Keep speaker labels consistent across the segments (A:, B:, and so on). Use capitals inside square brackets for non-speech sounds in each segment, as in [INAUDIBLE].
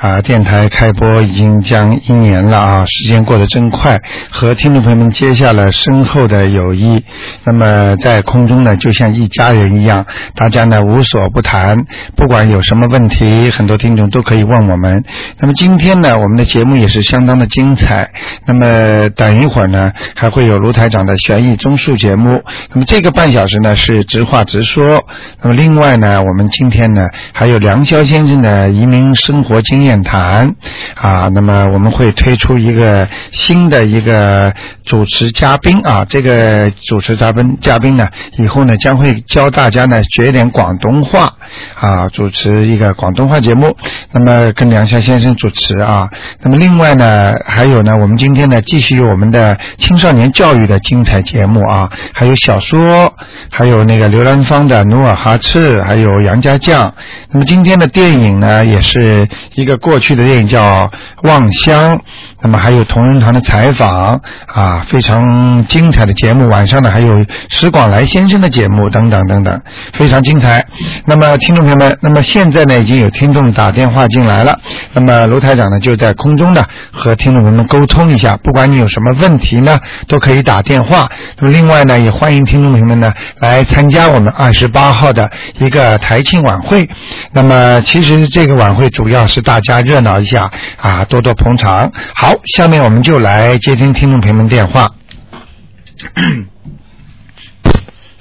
A: 啊，电台开播已经将一年了啊，时间过得真快，和听众朋友们结下了深厚的友谊。那么在空中呢，就像一家人一样，大家呢无所不谈，不管有什么问题，很多听众都可以问我们。那么今天呢，我们的节目也是相当的精彩。那么等一会儿呢，还会有卢台长的悬疑综述节目。那么这个半小时呢是直话直说。那么另外呢，我们今天呢还有梁霄先生的移民生活经验谈啊。那么我们会推出一个新的一个主持嘉宾啊，这个主持嘉宾嘉宾呢以后呢将会教大家呢学一点广东话啊，主持一个广东话节目。那么跟梁霄先生主持啊。那么另外呢，还有呢，我们今天呢继续我们的青少年教育的精彩节目啊，还有小说，还有那个刘兰芳的《努尔哈赤》，还有杨家将。那么今天的电影呢，也是一个过去的电影叫《望乡》，那么还有同仁堂的采访啊，非常精彩的节目。晚上呢还有石广来先生的节目等等等等，非常精彩。那么听众朋友们，那么现在呢已经有听众打电话进来了，那么卢台长呢就在空中呢和听众朋友们沟通一下，不管你有什么问题呢，都可以打电话。那么另外呢，也欢迎听众朋友们呢来参加我们二十八号的一个台庆晚会。那么其实这个晚会主要是大家热闹一下啊，多多捧场。好，下面我们就来接听听众朋友们电 [COUGHS] 话。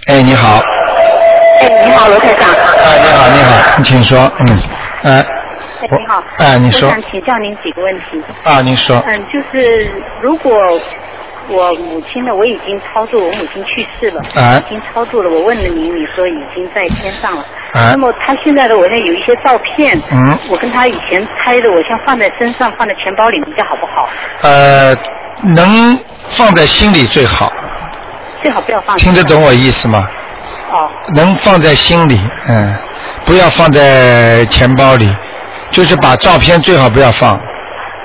A: 哎，你好，
B: 哎，你好，罗台长。
A: 哎，你好，你好，你请说，嗯，哎，
B: 哎，
A: 我
B: 你好。
A: 哎你说
B: 我想请教您几个问题。
A: 啊，您说，
B: 嗯，就是如果我母亲呢，我已经超度，我母亲去世了，
A: 哎
B: 已经超度了。我问了您，你说已经在天上了。
A: 哎
B: 那么她现在的我呢，有一些照片，
A: 嗯
B: 我跟她以前拍的，我先放在身上，放在钱包里面，这好不好？
A: 呃，能放在心里最好，
B: 最好不要放。
A: 听得懂？我意思吗？
B: 哦，
A: 能放在心里，嗯，不要放在钱包里，就是把照片最好不要放，
B: 好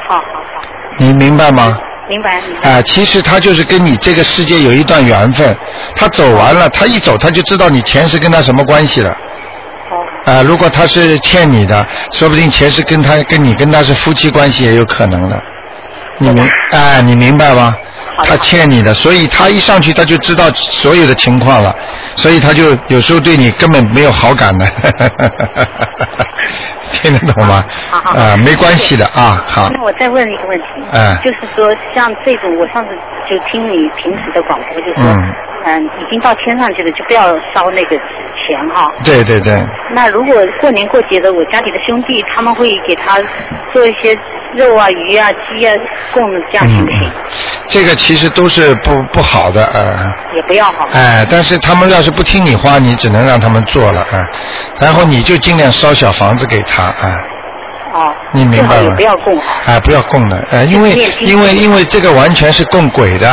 B: 好好，
A: 你明白吗？
B: 明白明白。
A: 啊、其实他就是跟你这个世界有一段缘分，他走完了，他一走他就知道你前世跟他什么关系了。
B: 哦，
A: 啊、如果他是欠你的，说不定前世跟他跟你跟他是夫妻关系也有可能的，你明哎、你明白吗？
B: 好的
A: 他欠你的，所以他一上去他就知道所有的情况了，所以他就有时候对你根本没有好感的， [LAUGHS] 听得懂吗？
B: 好好
A: 啊、
B: 好
A: 没关系的啊，好，
B: 那我再问一个问题，
A: 哎
B: 就是说像这种，我上次就听你平时的广播，就说，
A: 嗯
B: 嗯已经到天上去了，就不要烧那个纸钱哈、
A: 对对对，
B: 那如果过年过节的，我家里的兄弟他们会给他做一些肉啊、鱼啊、鸡啊供的，这样
A: 嗯
B: 行不行？
A: 这个其实都是不不好的，呃。
B: 也不要哈。
A: 哎，但是他们要是不听你话，你只能让他们做了啊。然后你就尽量烧小房子给他啊，
B: 哦，
A: 你明白
B: 最好
A: 吗？
B: 也不要供哈。
A: 哎，不要供了，哎，因为
B: 念经
A: 因为因为这个完全是供鬼的，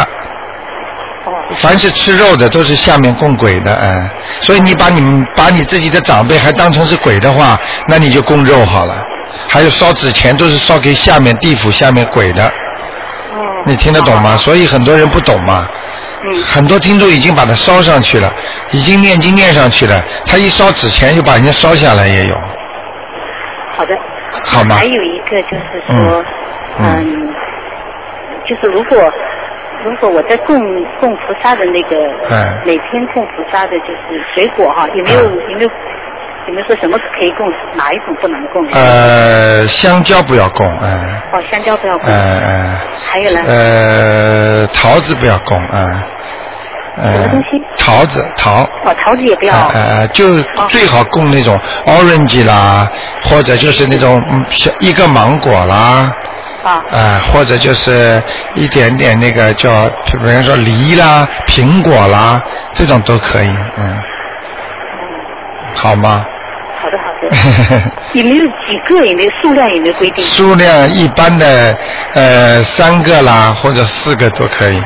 B: 哦，
A: 凡是吃肉的都是下面供鬼的，哎，所以你把你们把你自己的长辈还当成是鬼的话，那你就供肉好了。还有烧纸钱都是烧给下面地府下面鬼的，
B: 哦
A: 你听得懂吗？
B: 好
A: 所以很多人不懂嘛。
B: 嗯，
A: 很多听众已经把它烧上去了，已经念经念上去了，他一烧纸钱就把人家烧下来也有，
B: 好的。
A: 好吗
B: 还？有一个就是说，
A: 嗯
B: 嗯，就是如果如果我在供供菩萨的那个、
A: 哎
B: 每天供菩萨的就是水果哈，有没有、有没有有没有说什么可以供，哪一种不能供？
A: 呃，香蕉不要供，哎、
B: 哦，香蕉不要供。
A: 哎哎、
B: 还有呢？
A: 呃，桃子不要供，啊、呃，
B: 什么东西
A: 桃子桃。
B: 哦，桃子也不要。哦
A: 啊啊啊！就最好供那种 orange 啦，或者就是那种嗯小一个芒果啦，
B: 啊
A: 啊，或者就是一点点那个叫，比方说梨啦、苹果啦，这种都可以，嗯，好吗？
B: 好的好的。
A: [LAUGHS]
B: 有没有几个？有没有数量？有没有规定？
A: 数量一般的，呃，三个啦或者四个都可以。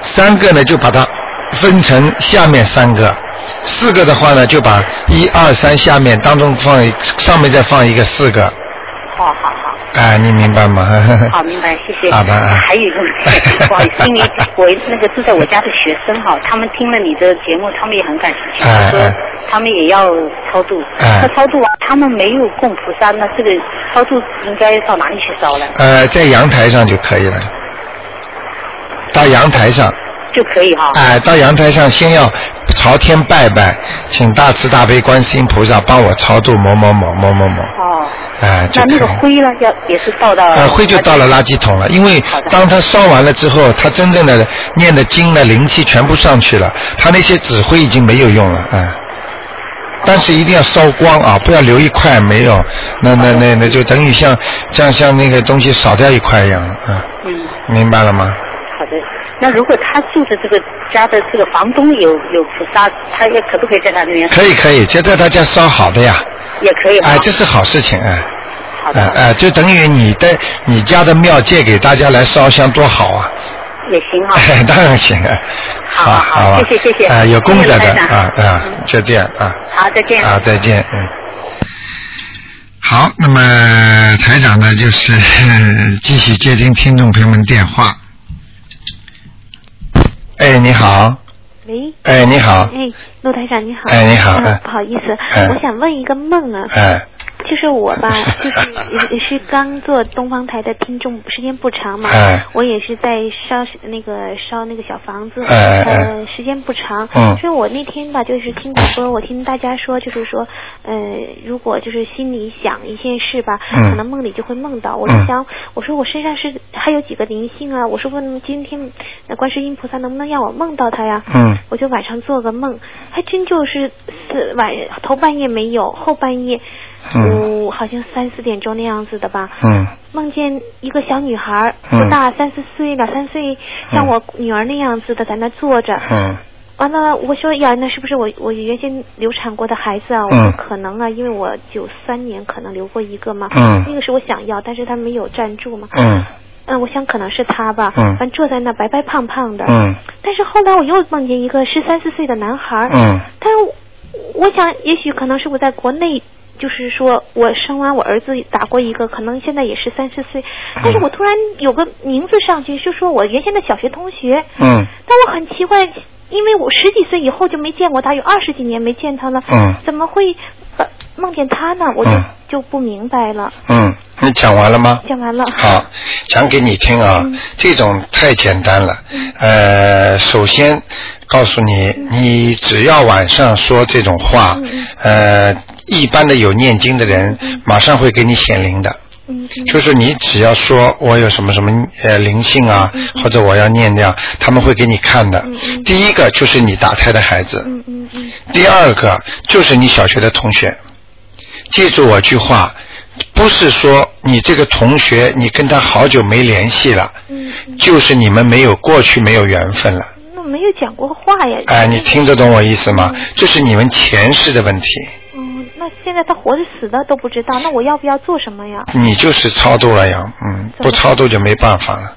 A: 三个呢就把它分成下面三个，四个的话呢就把一二三下面当中放一，上面再放一个四个，
B: 哦好好好。
A: 哎，你明白吗？ [LAUGHS]
B: 好，明白，谢谢。
A: 好吧啊
B: 还有一个问题，不好意思，因为我那个住在我家的学生哈，他们听了你的节目，他们也很感兴趣，
A: 哎
B: 他说
A: 哎
B: 他们也要超度。
A: 哎
B: 那超度完，他们没有供菩萨，那这个超度应该到哪里去烧呢？
A: 呃，在阳台上就可以了，到阳台上。
B: 就可以哈。
A: 哎，到阳台上先要朝天拜拜，请大慈大悲观世音菩萨帮我超度某某某某某某，
B: 哦，
A: 哎，就
B: 那那
A: 可
B: 个
A: 以。
B: 灰呢，要也是倒到。
A: 呃，灰就到了垃圾桶了，因为
B: 啊好的
A: 当他烧完了之后，他真正的念的经的灵气全部上去了，他那些纸灰已经没有用了，哎、但是一定要烧光啊，不要留一块没有，那那那那就等于像像像那个东西少掉一块一样，嗯，
B: 嗯，
A: 明白了吗？
B: 好的。那如果他住的这个家的这个房东有有菩萨，他也可不可以在他那边
A: 可以可以，就在他家烧好的呀，
B: 也可以哈？
A: 哎，这是好事情，哎。
B: 好的
A: 哎，哎，就等于你的你家的庙借给大家来烧香，多好啊！
B: 也行哈。
A: 哎，当然行啊。
B: 好
A: 啊
B: 好
A: 吧
B: 谢谢谢谢
A: 哎，有功德
B: 谢
A: 的
B: 谢台长
A: 啊啊
B: 嗯，
A: 就这样啊。
B: 好，再见。
A: 啊，再见，嗯。好，那么台长呢，就是 [LAUGHS] 呃继续接听听众朋友们电话。哎，你好，
C: 喂，
A: 哎，你好，
C: 哎，陆台长你好。
A: 哎你好
C: 嗯
A: 哎
C: 不好意思，
A: 哎
C: 我想问一个梦啊，
A: 哎，
C: 就是我吧，就是也 [LAUGHS] 是刚做东方台的听众，时间不长嘛。
A: 哎
C: 我也是在烧那个烧那个小房子，
A: 哎哎
C: 呃，时间不长。
A: 嗯
C: 所以我那天吧，就是听广播，我听大家说，就是说，呃，如果就是心里想一件事吧，
A: 嗯
C: 可能梦里就会梦到。我就
A: 嗯
C: 想，我说我身上是还有几个灵性啊，我说问今天呃观世音菩萨能不能让我梦到他呀？
A: 嗯，
C: 我就晚上做个梦，还真就是四晚头半夜没有，后半夜，
A: 嗯
C: 哦，好像三四点钟那样子的吧，
A: 嗯，
C: 梦见一个小女孩儿，
A: 嗯
C: 不大三四岁，两三岁，像我女儿那样子的在那坐着。
A: 嗯，
C: 完了，我说呀，那是不是我我原先流产过的孩子啊？我
A: 嗯
C: 说可能啊，因为我九三年可能流过一个嘛，
A: 嗯
C: 那个是我想要，但是他没有站住嘛。
A: 嗯，
C: 嗯，我想可能是他吧。
A: 嗯
C: 反正坐在那白白胖胖的。
A: 嗯，
C: 但是后来我又梦见一个十三四岁的男孩儿，
A: 嗯，
C: 但是我我想，也许可能是我在国内，就是说我生完我儿子打过一个，可能现在也十三四岁，
A: 嗯
C: 但是我突然有个名字上去，是说我原先的小学同学，
A: 嗯，
C: 但我很奇怪，因为我十几岁以后就没见过他，有二十几年没见他了，
A: 嗯
C: 怎么会、呃梦见他呢？我就、
A: 嗯
C: 就不明白了。
A: 嗯，你讲完了吗？
C: 讲完 [LAUGHS] 了，
A: 好，讲给你听啊，这种太简单了。呃，首先告诉你，你只要晚上说这种话，呃，一般的有念经的人，马上会给你显灵的。
C: 嗯嗯
A: 就是你只要说我有什么什么呃灵性啊，或者我要念掉，他们会给你看的。第一个就是你打胎的孩子，
C: 嗯嗯嗯
A: 第二个就是你小学的同学，记住我句话，不是说你这个同学你跟他好久没联系了，
C: 嗯嗯，
A: 就是你们没有过去没有缘分了。
C: 那没有讲过话呀。
A: 哎，你听得懂我意思吗？这是你们前世的问题，
C: 嗯，那现在他活着死的都不知道，那我要不要做什么呀？
A: 你就是超度了呀，嗯，不超度就没办法了，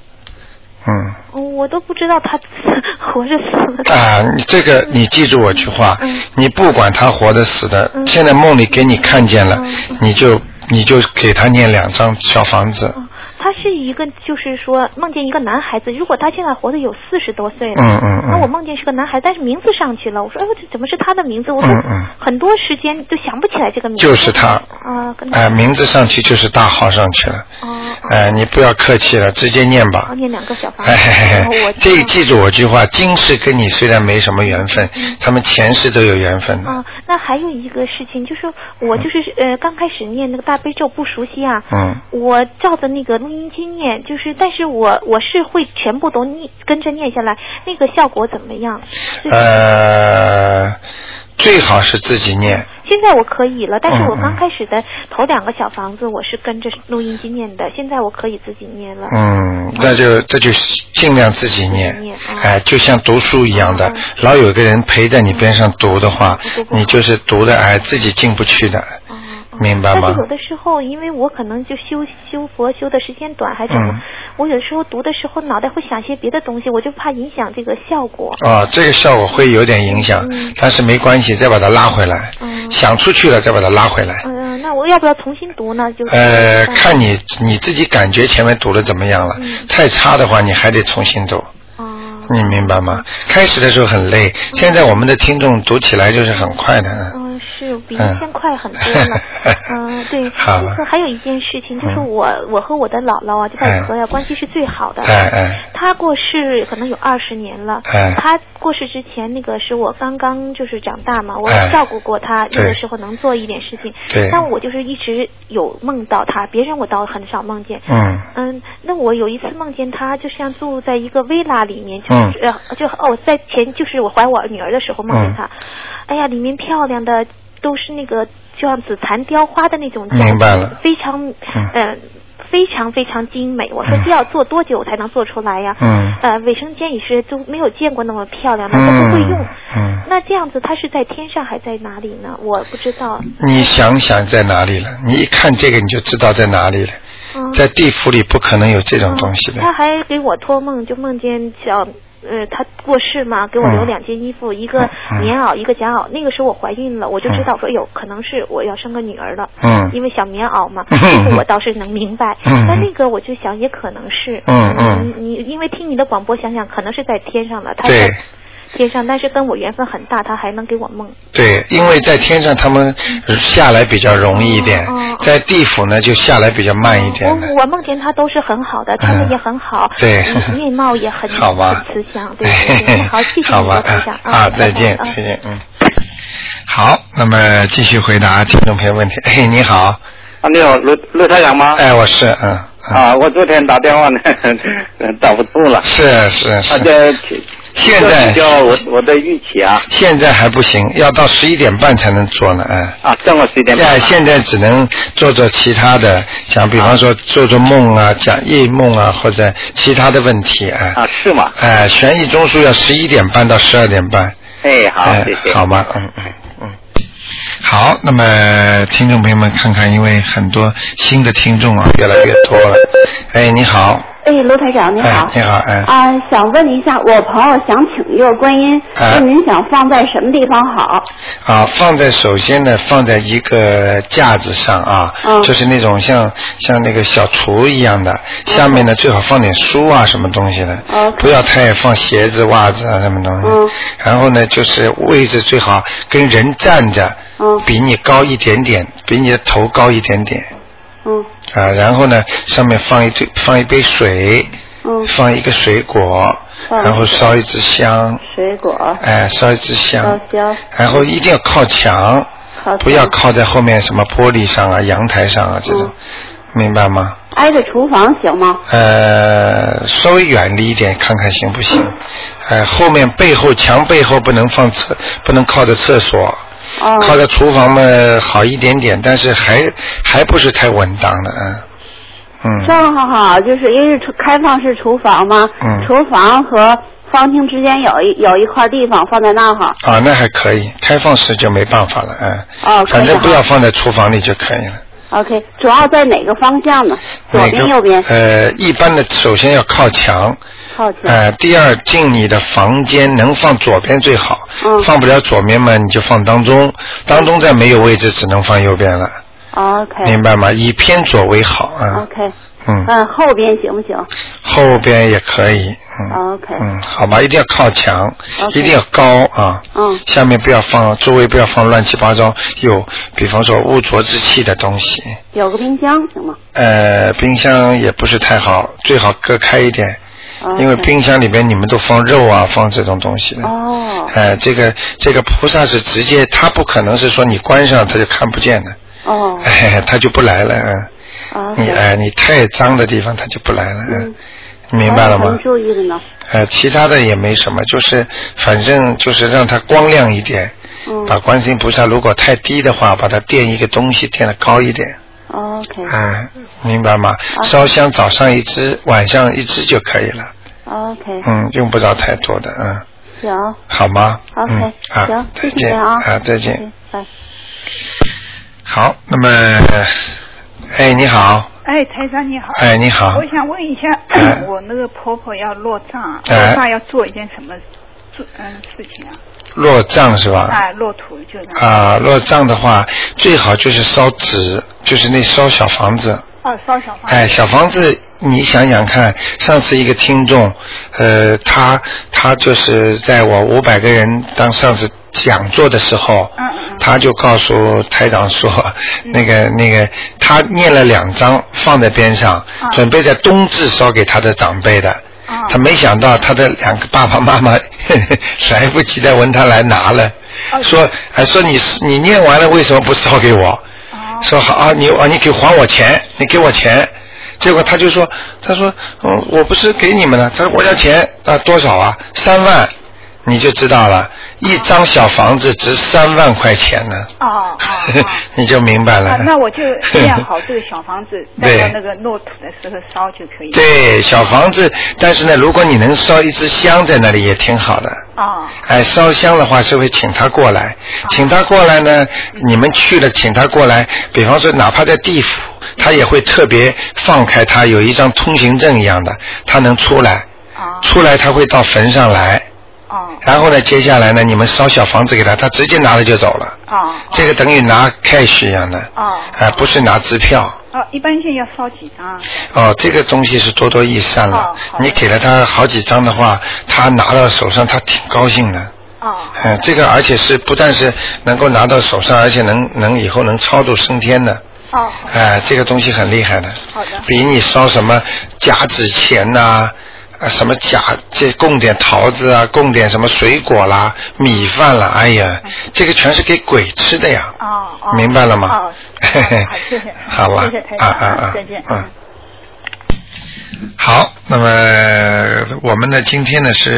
A: 嗯。
C: 哦我都不知道他 [LAUGHS] 活着死了。
A: 啊，你这个你记住我句话，
C: 嗯
A: 你不管他活的死的，
C: 嗯
A: 现在梦里给你看见了，
C: 嗯
A: 你就你就给他念两张小房子，
C: 哦他是一个，就是说梦见一个男孩子，如果他现在活的有四十多岁了，
A: 嗯嗯嗯
C: 那我梦见是个男孩，但是名字上去了，我说哎呦，这怎么是他的名字？我说
A: 嗯嗯
C: 很多时间都想不起来这个名字。
A: 就是他
C: 啊，跟他
A: 哎、名字上去就是大号上去了，
C: 哦哦
A: 哎、你不要客气了，直接念吧
C: 我。念两个小房子，
A: 哎嘿
C: 然后
A: 嘿
C: 我
A: 嘿，这
C: 知
A: 记住我句话，今世跟你虽然没什么缘分，
C: 嗯
A: 他们前世都有缘分的。
C: 啊，那还有一个事情就是，我就是呃，刚开始念那个大悲咒不熟悉啊，
A: 嗯
C: 我照着那个录音机念，就是，但是我我是会全部都念跟着念下来，那个效果怎么样？就是
A: 呃，最好是自己念，
C: 现在我可以了，但是我
A: 嗯嗯
C: 刚开始的头两个小房子我是跟着录音机念的，现在我可以自己念了。
A: 嗯，那就这就尽量自己念
C: 自己念，啊
A: 哎、就像读书一样的，老有个人陪在你边上读的话，
C: 嗯
A: 你就是读的哎自己进不去的，
C: 哦哦
A: 明白
C: 但
A: 吗
C: 是有？的时候，因为我可能就修修佛修的时间短，还是什么、
A: 嗯
C: 我有的时候读的时候脑袋会想些别的东西，我就怕影响这个效果。
A: 啊、这个效果会有点影响，
C: 嗯
A: 但是没关系，再把它拉回来，
C: 嗯
A: 想出去了再把它拉回来，
C: 嗯，那我要不要重新读呢？就是
A: 呃，
C: 嗯
A: 看你你自己感觉前面读的怎么样了，太差的话你还得重新读。
C: 哦
A: 你明白吗？开始的时候很累，现在我们的听众读起来就是很快的。嗯
C: 嗯，是比原先快很多
A: [LAUGHS]
C: 了。嗯，对，
A: 好嗯
C: 就是还有一件事情，就是我、我和我的姥姥啊，就在河呀、关系是最好的。
A: 哎哎，
C: 她过世可能有二十年了。
A: 哎
C: 她过世之前，那个是我刚刚就是长大嘛，我
A: 哎
C: 照顾过她，那
A: 对
C: 个时候能做一点事情。
A: 对
C: 但我就是一直有梦到她，别人我倒很少梦见。
A: 嗯
C: 嗯，那我有一次梦见他，就像住在一个 villa 里面，就
A: 嗯嗯
C: 是、呃，就哦，在前就是我怀我女儿的时候梦见他，哎呀，里面漂亮的都是那个就像紫檀雕花的那种家具，
A: 明白了
C: 非常嗯、呃非常非常精美。我说
A: 嗯
C: 这要做多久才能做出来呀？
A: 嗯
C: 呃，卫生间也是都没有见过那么漂亮的，都不会用
A: 嗯。嗯，
C: 那这样子，他是在天上还在哪里呢？我不知道。
A: 你想想在哪里了？你一看这个你就知道在哪里了，
C: 嗯，
A: 在地府里不可能有这种东西的。
C: 哦他还给我托梦，就梦见小。呃，他过世嘛，给我留
A: 嗯
C: 两件衣服，一个棉袄，一个夹袄。那个时候我怀孕了，我就知道说，哎有可能是我要生个女儿了，
A: 嗯
C: 因为小棉
A: [LAUGHS]
C: 袄嘛，
A: 嗯
C: 这个我倒是能明白。
A: 嗯
C: 但那个我就想，也可能是，
A: 嗯嗯
C: 你你因为听你的广播，想想可能是在天上了，他
A: 对
C: 在天上，但是跟我缘分很大，他还能给我梦。
A: 对，因为在天上他们下来比较容易一点
C: 哦哦，哦哦
A: 在地府呢就下来比较慢一点的。嗯
C: 我我梦见他都是很好的，穿的也很好，
A: 对
C: 嗯面貌也很
A: 好吧
C: 很慈祥，对
A: [LAUGHS]
C: 对对。那好，谢谢
A: 好
C: 你
A: 吧
C: 罗台长
A: 啊，再见，
C: 拜拜
A: 再
C: 啊
A: 见，嗯。好，那么继续回答听众朋友问题。哎，你好，
D: 啊，你好，陆陆台长吗？
A: 哎，我是，嗯，嗯
D: 啊，我昨天打电话呢， [LAUGHS] 打不通了。
A: 是是
D: 啊，
A: 是，
D: 这
A: 现在
D: 这比较我我的预期啊
A: 现在还不行，要到十一点半才能做呢，哎。
D: 啊，这么十一点半
A: 哎，现在只能做做其他的，像比方说做做梦啊，讲夜梦啊，或者其他的问题啊。
D: 啊是吗？
A: 哎，悬疑综述要十一点半到十二点半。
D: 哎，好，
A: 哎
D: 谢谢。
A: 好吗？嗯嗯嗯。好，那么听众朋友们看看，因为很多新的听众啊，越来越多了。哎，你好，
E: 哎，罗台长您好
A: 哎，。你好，哎，
E: 啊，想问一下，我朋友想请一个观音，
A: 哎
E: 那您想放在什么地方好？
A: 啊，放在首先呢，放在一个架子上啊，
E: 嗯
A: 就是那种像像那个小橱一样的，下面呢最好放点书啊什么东西的，
E: 嗯 OK
A: 不要太放鞋子、袜子啊什么东西。
E: 嗯
A: 然后呢，就是位置最好跟人站着，
E: 嗯
A: 比你高一点点，比你的头高一点点
E: 嗯
A: 啊。然后呢，上面放一堆放一杯水，
E: 嗯，
A: 放一个水果，
E: 放
A: 然后
E: 水
A: 烧一支香，
E: 水果，
A: 哎，烧一支香
E: 烧，香
A: 然后一定要靠墙，
E: 靠墙
A: 不要靠在后面什么玻璃上啊、阳台上啊这种，
E: 嗯
A: 明白吗？
E: 挨着厨房行吗？
A: 呃，稍微远离一点，看看行不行？呃，后面背后墙背后不能放厕，不能靠着厕所，
E: 哦，
A: 靠着厨房嘛好一点点，但是还还不是太稳当的，嗯，嗯。
E: 正啊好就是因为是厨开放式厨房嘛，
A: 嗯
E: 厨房和方厅之间有一有一块地方放在那儿好。
A: 啊，那还可以，开放式就没办法了，嗯，
E: 哦可以
A: 反正不
E: 哈
A: 要放在厨房里就可以了。
E: OK，主要在哪个方向呢？左
A: 哪
E: 边
A: 个
E: 右边？
A: 呃，一般的首先要靠墙，
E: 靠近。
A: 呃，第二进你的房间能放左边最好，
E: 嗯
A: 放不了左边嘛你就放当中，当中再没有位置只能放右边了，
E: OK
A: 明。白吗？以偏左为好啊，
E: 嗯 OK。
A: 嗯，
E: 嗯，后边行不行？
A: 后边也可以，嗯
E: OK
A: 嗯，好吧，一定要靠墙
E: OK
A: 一定要高啊，
E: 嗯
A: 下面不要放，周围不要放乱七八糟有，比方说污浊之气的东西，
E: 有个冰箱行吗？
A: 呃，冰箱也不是太好，最好隔开一点。
E: OK
A: 因为冰箱里边你们都放肉啊，放这种东西的。
E: 哦
A: 哎、这个这个菩萨是直接，他不可能是说你关上他就看不见的，
E: 哦
A: 哎，他就不来了。嗯
E: 哦，
A: 你哎，你太脏的地方他就不来了。嗯，明白了
E: 还有什
A: 吗
E: 么？注意的呢？
A: 呃，其他的也没什么，就是反正就是让它光亮一点。
E: 嗯
A: 把观世音菩萨如果太低的话，把它垫一个东西垫的高一点。
E: 嗯哦，OK
A: 哎，
E: 嗯
A: 明白吗？烧香早上一支，晚上一支就可以了。
E: 哦 OK，
A: 嗯，用不着太多的，嗯，
E: 行
A: 好吗嗯
E: ，OK，
A: 啊
E: 行，，
A: 再
E: 谢谢您
A: 见啊，再见
E: 嗯。拜。
A: 好，那么，哎，你好，
F: 哎，台长你好。
A: 哎，你好
F: 我，想问一下 [CLEARS THROAT]
A: 哎，
F: 我那个婆婆要落葬，
A: 哎
F: 落葬要做一件什么做嗯事情啊？
A: 落葬是吧？
F: 哎，落土就那。
A: 啊，落葬的话，最好就是烧纸，就是那烧小房子。
F: 哦，烧小房。
A: 哎，小房子，你想想看，上次一个听众，呃，他他就是在我五百个人当上次讲座的时候，
F: 嗯嗯
A: 他就告诉台长说，那个那个，他念了两张放在边上，
F: 嗯
A: 准备在冬至烧给他的长辈的。
F: 嗯。
A: 他没想到他的两个爸爸妈 [LAUGHS] 妈来不及的问他来拿了，
F: 哦
A: 说还说你你念完了为什么不烧给我？
F: 哦
A: 说好啊，你啊，你给还我钱，你给我钱。结果他就说，他说，嗯，我不是给你们了，他说我要钱啊，多少啊？三万，你就知道了，一张小房子值三万块钱呢，
F: 哦哦。哦
A: [LAUGHS] 你就明白了。，
F: 啊，那我就练好这个小房子待
A: 对
F: 到那个落土的时候烧就可以。。
A: [LAUGHS] 对小房子，但是呢，如果你能烧一支香在那里也挺好的。
F: 哦
A: 哎，烧香的话是会请他过来，请他过来呢，你们去了，请他过来，比方说哪怕在地府，他也会特别放开他，有一张通行证一样的，他能出来，
F: 哦
A: 出来他会到坟上来，
F: 哦
A: 然后呢，接下来呢，你们烧小房子给他，他直接拿了就走了，
F: 哦
A: 这个等于拿 cash 一样的，
F: 哦
A: 哎，不是拿支票。
F: 哦，一般性要烧几张？
A: 哦，这个东西是多多益善了
F: 哦。好的
A: 你给了他好几张的话，他拿到手上，他挺高兴的。
F: 哦
A: 嗯，这个而且是不但是能够拿到手上，而且能能以后能超度升天的，
F: 哦
A: 哎、这个东西很厉害的，
F: 好的
A: 比你烧什么假纸钱呐、啊，什么假这供点桃子啊，供点什么水果啦、米饭啦，哎呀，这个全是给鬼吃的呀，
F: 嗯哦哦，
A: 明白了吗？
F: 哦，
A: 嘿嘿
F: 好，谢谢，
A: [LAUGHS] 好吧，
F: 谢谢台
A: 啊
F: 长，
A: 啊啊，
F: 再见，
A: 嗯。好，那么我们呢，今天呢是，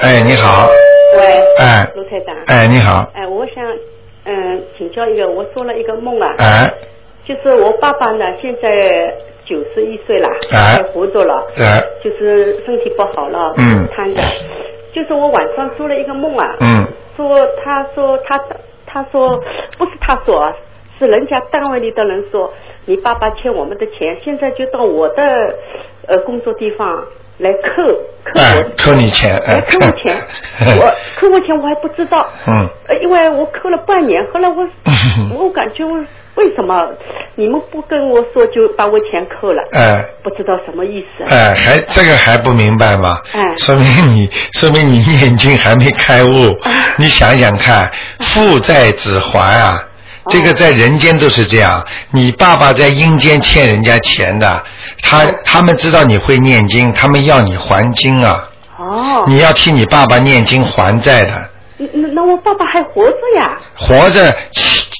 A: 哎，你好，
G: 喂，
A: 哎，
G: 卢台长，
A: 哎，你好，
G: 哎，我想嗯请教一个，我做了一个梦啊，
A: 哎，
G: 就是我爸爸呢现在九十一岁了，
A: 哎
G: 还活着了，
A: 哎，
G: 就是身体不好了，
A: 嗯
G: 瘫着，就是我晚上做了一个梦啊，
A: 嗯，
G: 说他说他他说不是他说啊，是人家单位里的人说你爸爸欠我们的钱，现在就到我的呃工作地方来扣扣
A: 哎
G: 我，
A: 扣你钱，哎，
G: 来，扣我钱
A: [LAUGHS]
G: 我扣我钱我还不知道，
A: 嗯，
G: 呃，因为我扣了半年，后来我
A: [LAUGHS]
G: 我感觉我为什么你们不跟我说就把我钱扣了，
A: 哎，
G: 不知道什么意思。
A: 哎，还这个还不明白吗？
G: 哎
A: 说明你说明你念经还没开悟。
G: 啊
A: 你想想看，父债子还啊，
G: 哦
A: 这个在人间都是这样。你爸爸在阴间欠人家钱的，他
G: 哦
A: 他们知道你会念经，他们要你还经啊，
G: 哦，
A: 你要替你爸爸念经还债的。
G: 那那我爸爸还活着呀。
A: 活着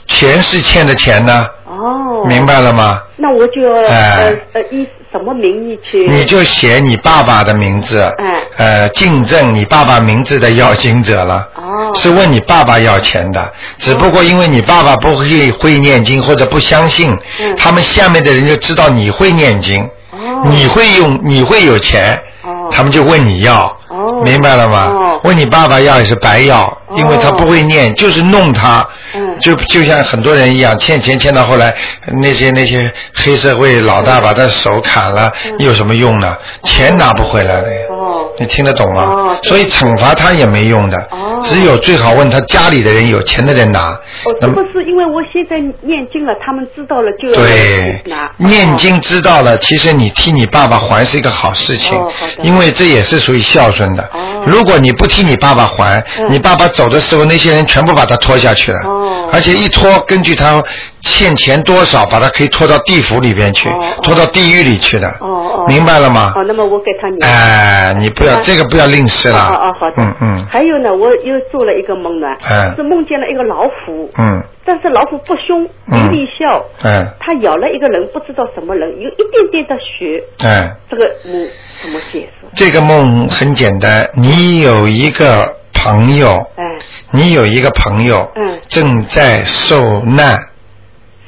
A: 钱是欠的钱呢，
G: 哦，
A: 明白了吗？
G: 那我就
A: 哎
G: 呃呃以什么名义去？
A: 你就写你爸爸的名字，
G: 哎
A: 呃，竞争你爸爸名字的要经者了。
G: 哦
A: 是问你爸爸要钱的，只不过因为你爸爸不会会念经或者不相信，
G: 嗯
A: 他们下面的人就知道你会念经，
G: 哦
A: 你会用，你会有钱，
G: 哦
A: 他们就问你要，
G: 哦
A: 明白了吗？
G: 哦
A: 问你爸爸要也是白要，因为他不会念，就是弄他，
G: 嗯
A: 就就像很多人一样，欠钱欠到后来，那些那些黑社会老大把他手砍了，有什么用呢？钱拿不回来的呀。
G: 嗯哦
A: 你听得懂吗？
G: 哦
A: 所以惩罚他也没用的，
G: 哦
A: 只有最好问他家里的人，有钱的人拿。
G: 哦，
A: 那
G: 这
A: 么
G: 不是因为我现在念经了，他们知道了就要
A: 对，
G: 拿哦
A: 念经知道了，其实你替你爸爸还是一个好事情，
G: 哦好的
A: 因为这也是属于孝顺的。
G: 哦
A: 如果你不替你爸爸还，
G: 嗯
A: 你爸爸走的时候，那些人全部把他拖下去了，
G: 哦
A: 而且一拖，根据他欠钱多少，把他可以拖到地府里边去，
G: 哦哦
A: 拖到地狱里去的。
G: 哦哦
A: 明白了吗？
G: 哦，那么我给他念。
A: 哎，你不要
G: 那
A: 这个不要吝啬了。
G: 哦哦，好的。
A: 嗯嗯
G: 还有呢，我又做了一个梦呢，
A: 嗯
G: 是梦见了一个老虎，
A: 嗯
G: 但是老虎不凶，
A: 嗯
G: 一力笑，
A: 嗯
G: 它咬了一个人，不知道什么人，有一点点的血，
A: 嗯，
G: 这个你怎么解释？
A: 这个梦很简单，你有一个朋友，
G: 哎，
A: 你有一个朋友，
G: 嗯
A: 正在受难，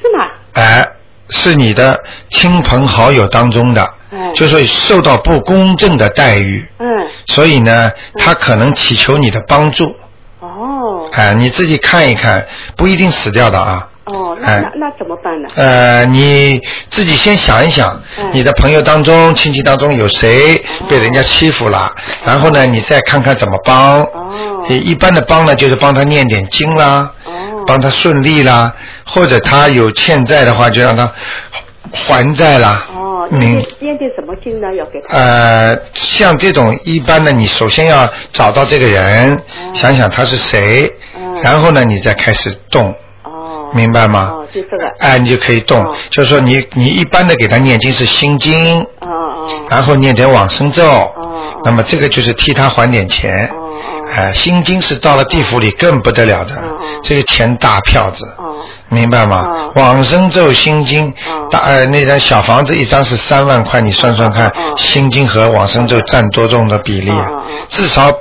G: 是吗？
A: 哎，是你的亲朋好友当中的，
G: 嗯
A: 就是受到不公正的待遇，
G: 嗯，
A: 所以呢，他可能祈求你的帮助，
G: 哦，
A: 哎，你自己看一看，不一定死掉的啊，
G: 哦，那
A: 哎
G: 那那怎么办呢？
A: 呃，你自己先想一想，
G: 嗯
A: 你的朋友当中、亲戚当中有谁
G: 哦
A: 被人家欺负了，然后呢，你再看看怎么帮。
G: 哦
A: 一一般的帮呢，就是帮他念点经啦，帮他顺利啦，或者他有欠债的话，就让他还债啦。
G: 哦，念
A: 明
G: 点念点什么经呢？要给他
A: 呃，像这种一般的，你首先要找到这个人，
G: 哦
A: 想想他是谁，然后呢，你再开始动，明白吗？
G: 哦，就这个。
A: 哎，你就可以动。就是说你你一般的给他念经是心经，
G: 哦
A: 然后念点往生咒，那么这个就是替他还点钱。
G: 哦
A: 哎，心经是到了地府里更不得了的，
G: 哦
A: 这个钱大票子，明白吗？
G: 啊
A: 往生咒、心经，大呃那张小房子一张是三万块，你算算
G: 啊
A: 看，心经和往生咒占多重的比例啊？至少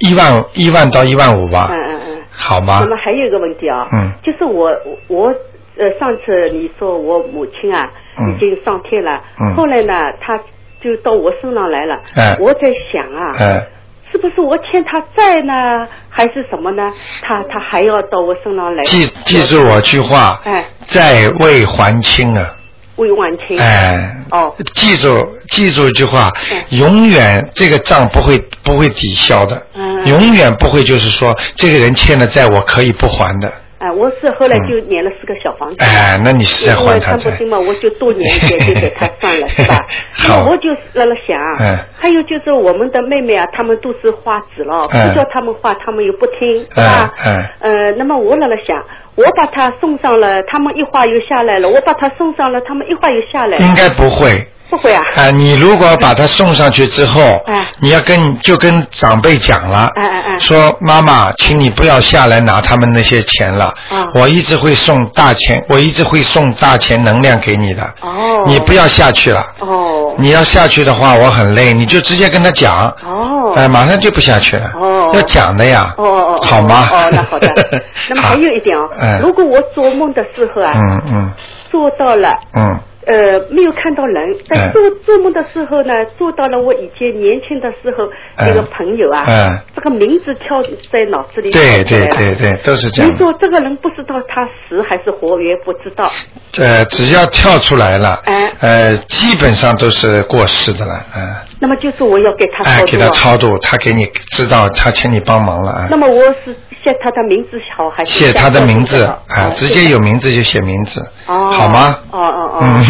A: 一万一万到一万五吧，
G: 嗯嗯嗯。
A: 好吗
G: 那？么还有一个问题啊，
A: 嗯
G: 就是我我呃上次你说我母亲啊、
A: 嗯
G: 已经上天了，
A: 嗯
G: 后来呢她就到我身上来了，
A: 哎
G: 我在想啊。
A: 哎。
G: 是不是我欠她债呢，还是什么呢？她她还要到我身上来？
A: 记记住我句话，
G: 哎，
A: 债未还清啊，
G: 未还清。
A: 哎，
G: 哦，哎
A: 记住记住一句话，永远这个账不会不会抵消的，
G: 嗯
A: 永远不会就是说这个人欠的债我可以不还的，
G: 哎，我是后来就撵了四个小房子。
A: 嗯哎，那你是在
G: 嗯因为
A: 还他
G: 看不
A: 债，
G: 清嘛，我就多年一点就给他
A: [LAUGHS]
G: 算了，是吧？那
A: 好
G: 么我就那了想，
A: 嗯
G: 还有就是我们的妹妹啊，她们都是花子了，
A: 嗯
G: 不叫她们画，她们又不听，是
A: 哎
G: 吧？
A: 哎，
G: 呃，那么我那了想，我把她送上了，她们一画又下来了，我把她送上了，她们一画又下来了，
A: 应该不会。
G: 不会啊？
A: 啊，你如果把他送上去之后
G: 哎，
A: 你要跟就跟长辈讲了，
G: 哎哎哎，
A: 说妈妈，请你不要下来拿他们那些钱了，
G: 啊
A: 我一直会送大钱，我一直会送大钱能量给你的，
G: 哦，
A: 你不要下去了。
G: 哦
A: 你要下去的话，我很累，你就直接跟他讲，
G: 哦。
A: 哎，马上就不下去了。
G: 哦
A: 要讲的呀，
G: 哦哦哦，
A: 好吗？。
G: 哦，那好的
A: [LAUGHS]
G: 那么还有一点哦
A: 嗯，
G: 如果我做梦的时候啊，
A: 嗯嗯
G: 做到了，
A: 嗯，
G: 呃，没有看到人，
A: 哎
G: 在做做梦的时候呢，做到了我以前年轻的时候
A: 哎
G: 那个朋友啊，
A: 哎
G: 这个名字跳在脑子里
A: 对
G: 跳出来
A: 对对
G: 了
A: 对，都是这样
G: 你
A: 的。
G: 说这个人不知道他死还是活，也不知道。
A: 呃，只要跳出来了
G: 哎，
A: 呃，基本上都是过世的了，嗯，
G: 那么就是我要给他
A: 哎，
G: 操
A: 给
G: 作
A: 他
G: 啊。
A: 超度，他给你知道他请你帮忙了啊
G: 那。么我是写他的名字好还是
A: 写他的名字
G: 啊？
A: 啊，直接有名字就写名字，
G: 哦，
A: 好吗？
G: 哦哦
A: 嗯，
G: 哦，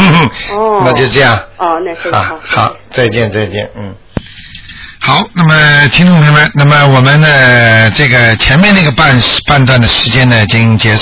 A: 哼
G: 哦
A: 哼，那就这样。
G: 哦，那行
A: 啊
G: 好，，
A: 好，再见，再见，嗯。好，那么听众朋友们，那么我们呢，这个前面那个半半段的时间呢，已经结束。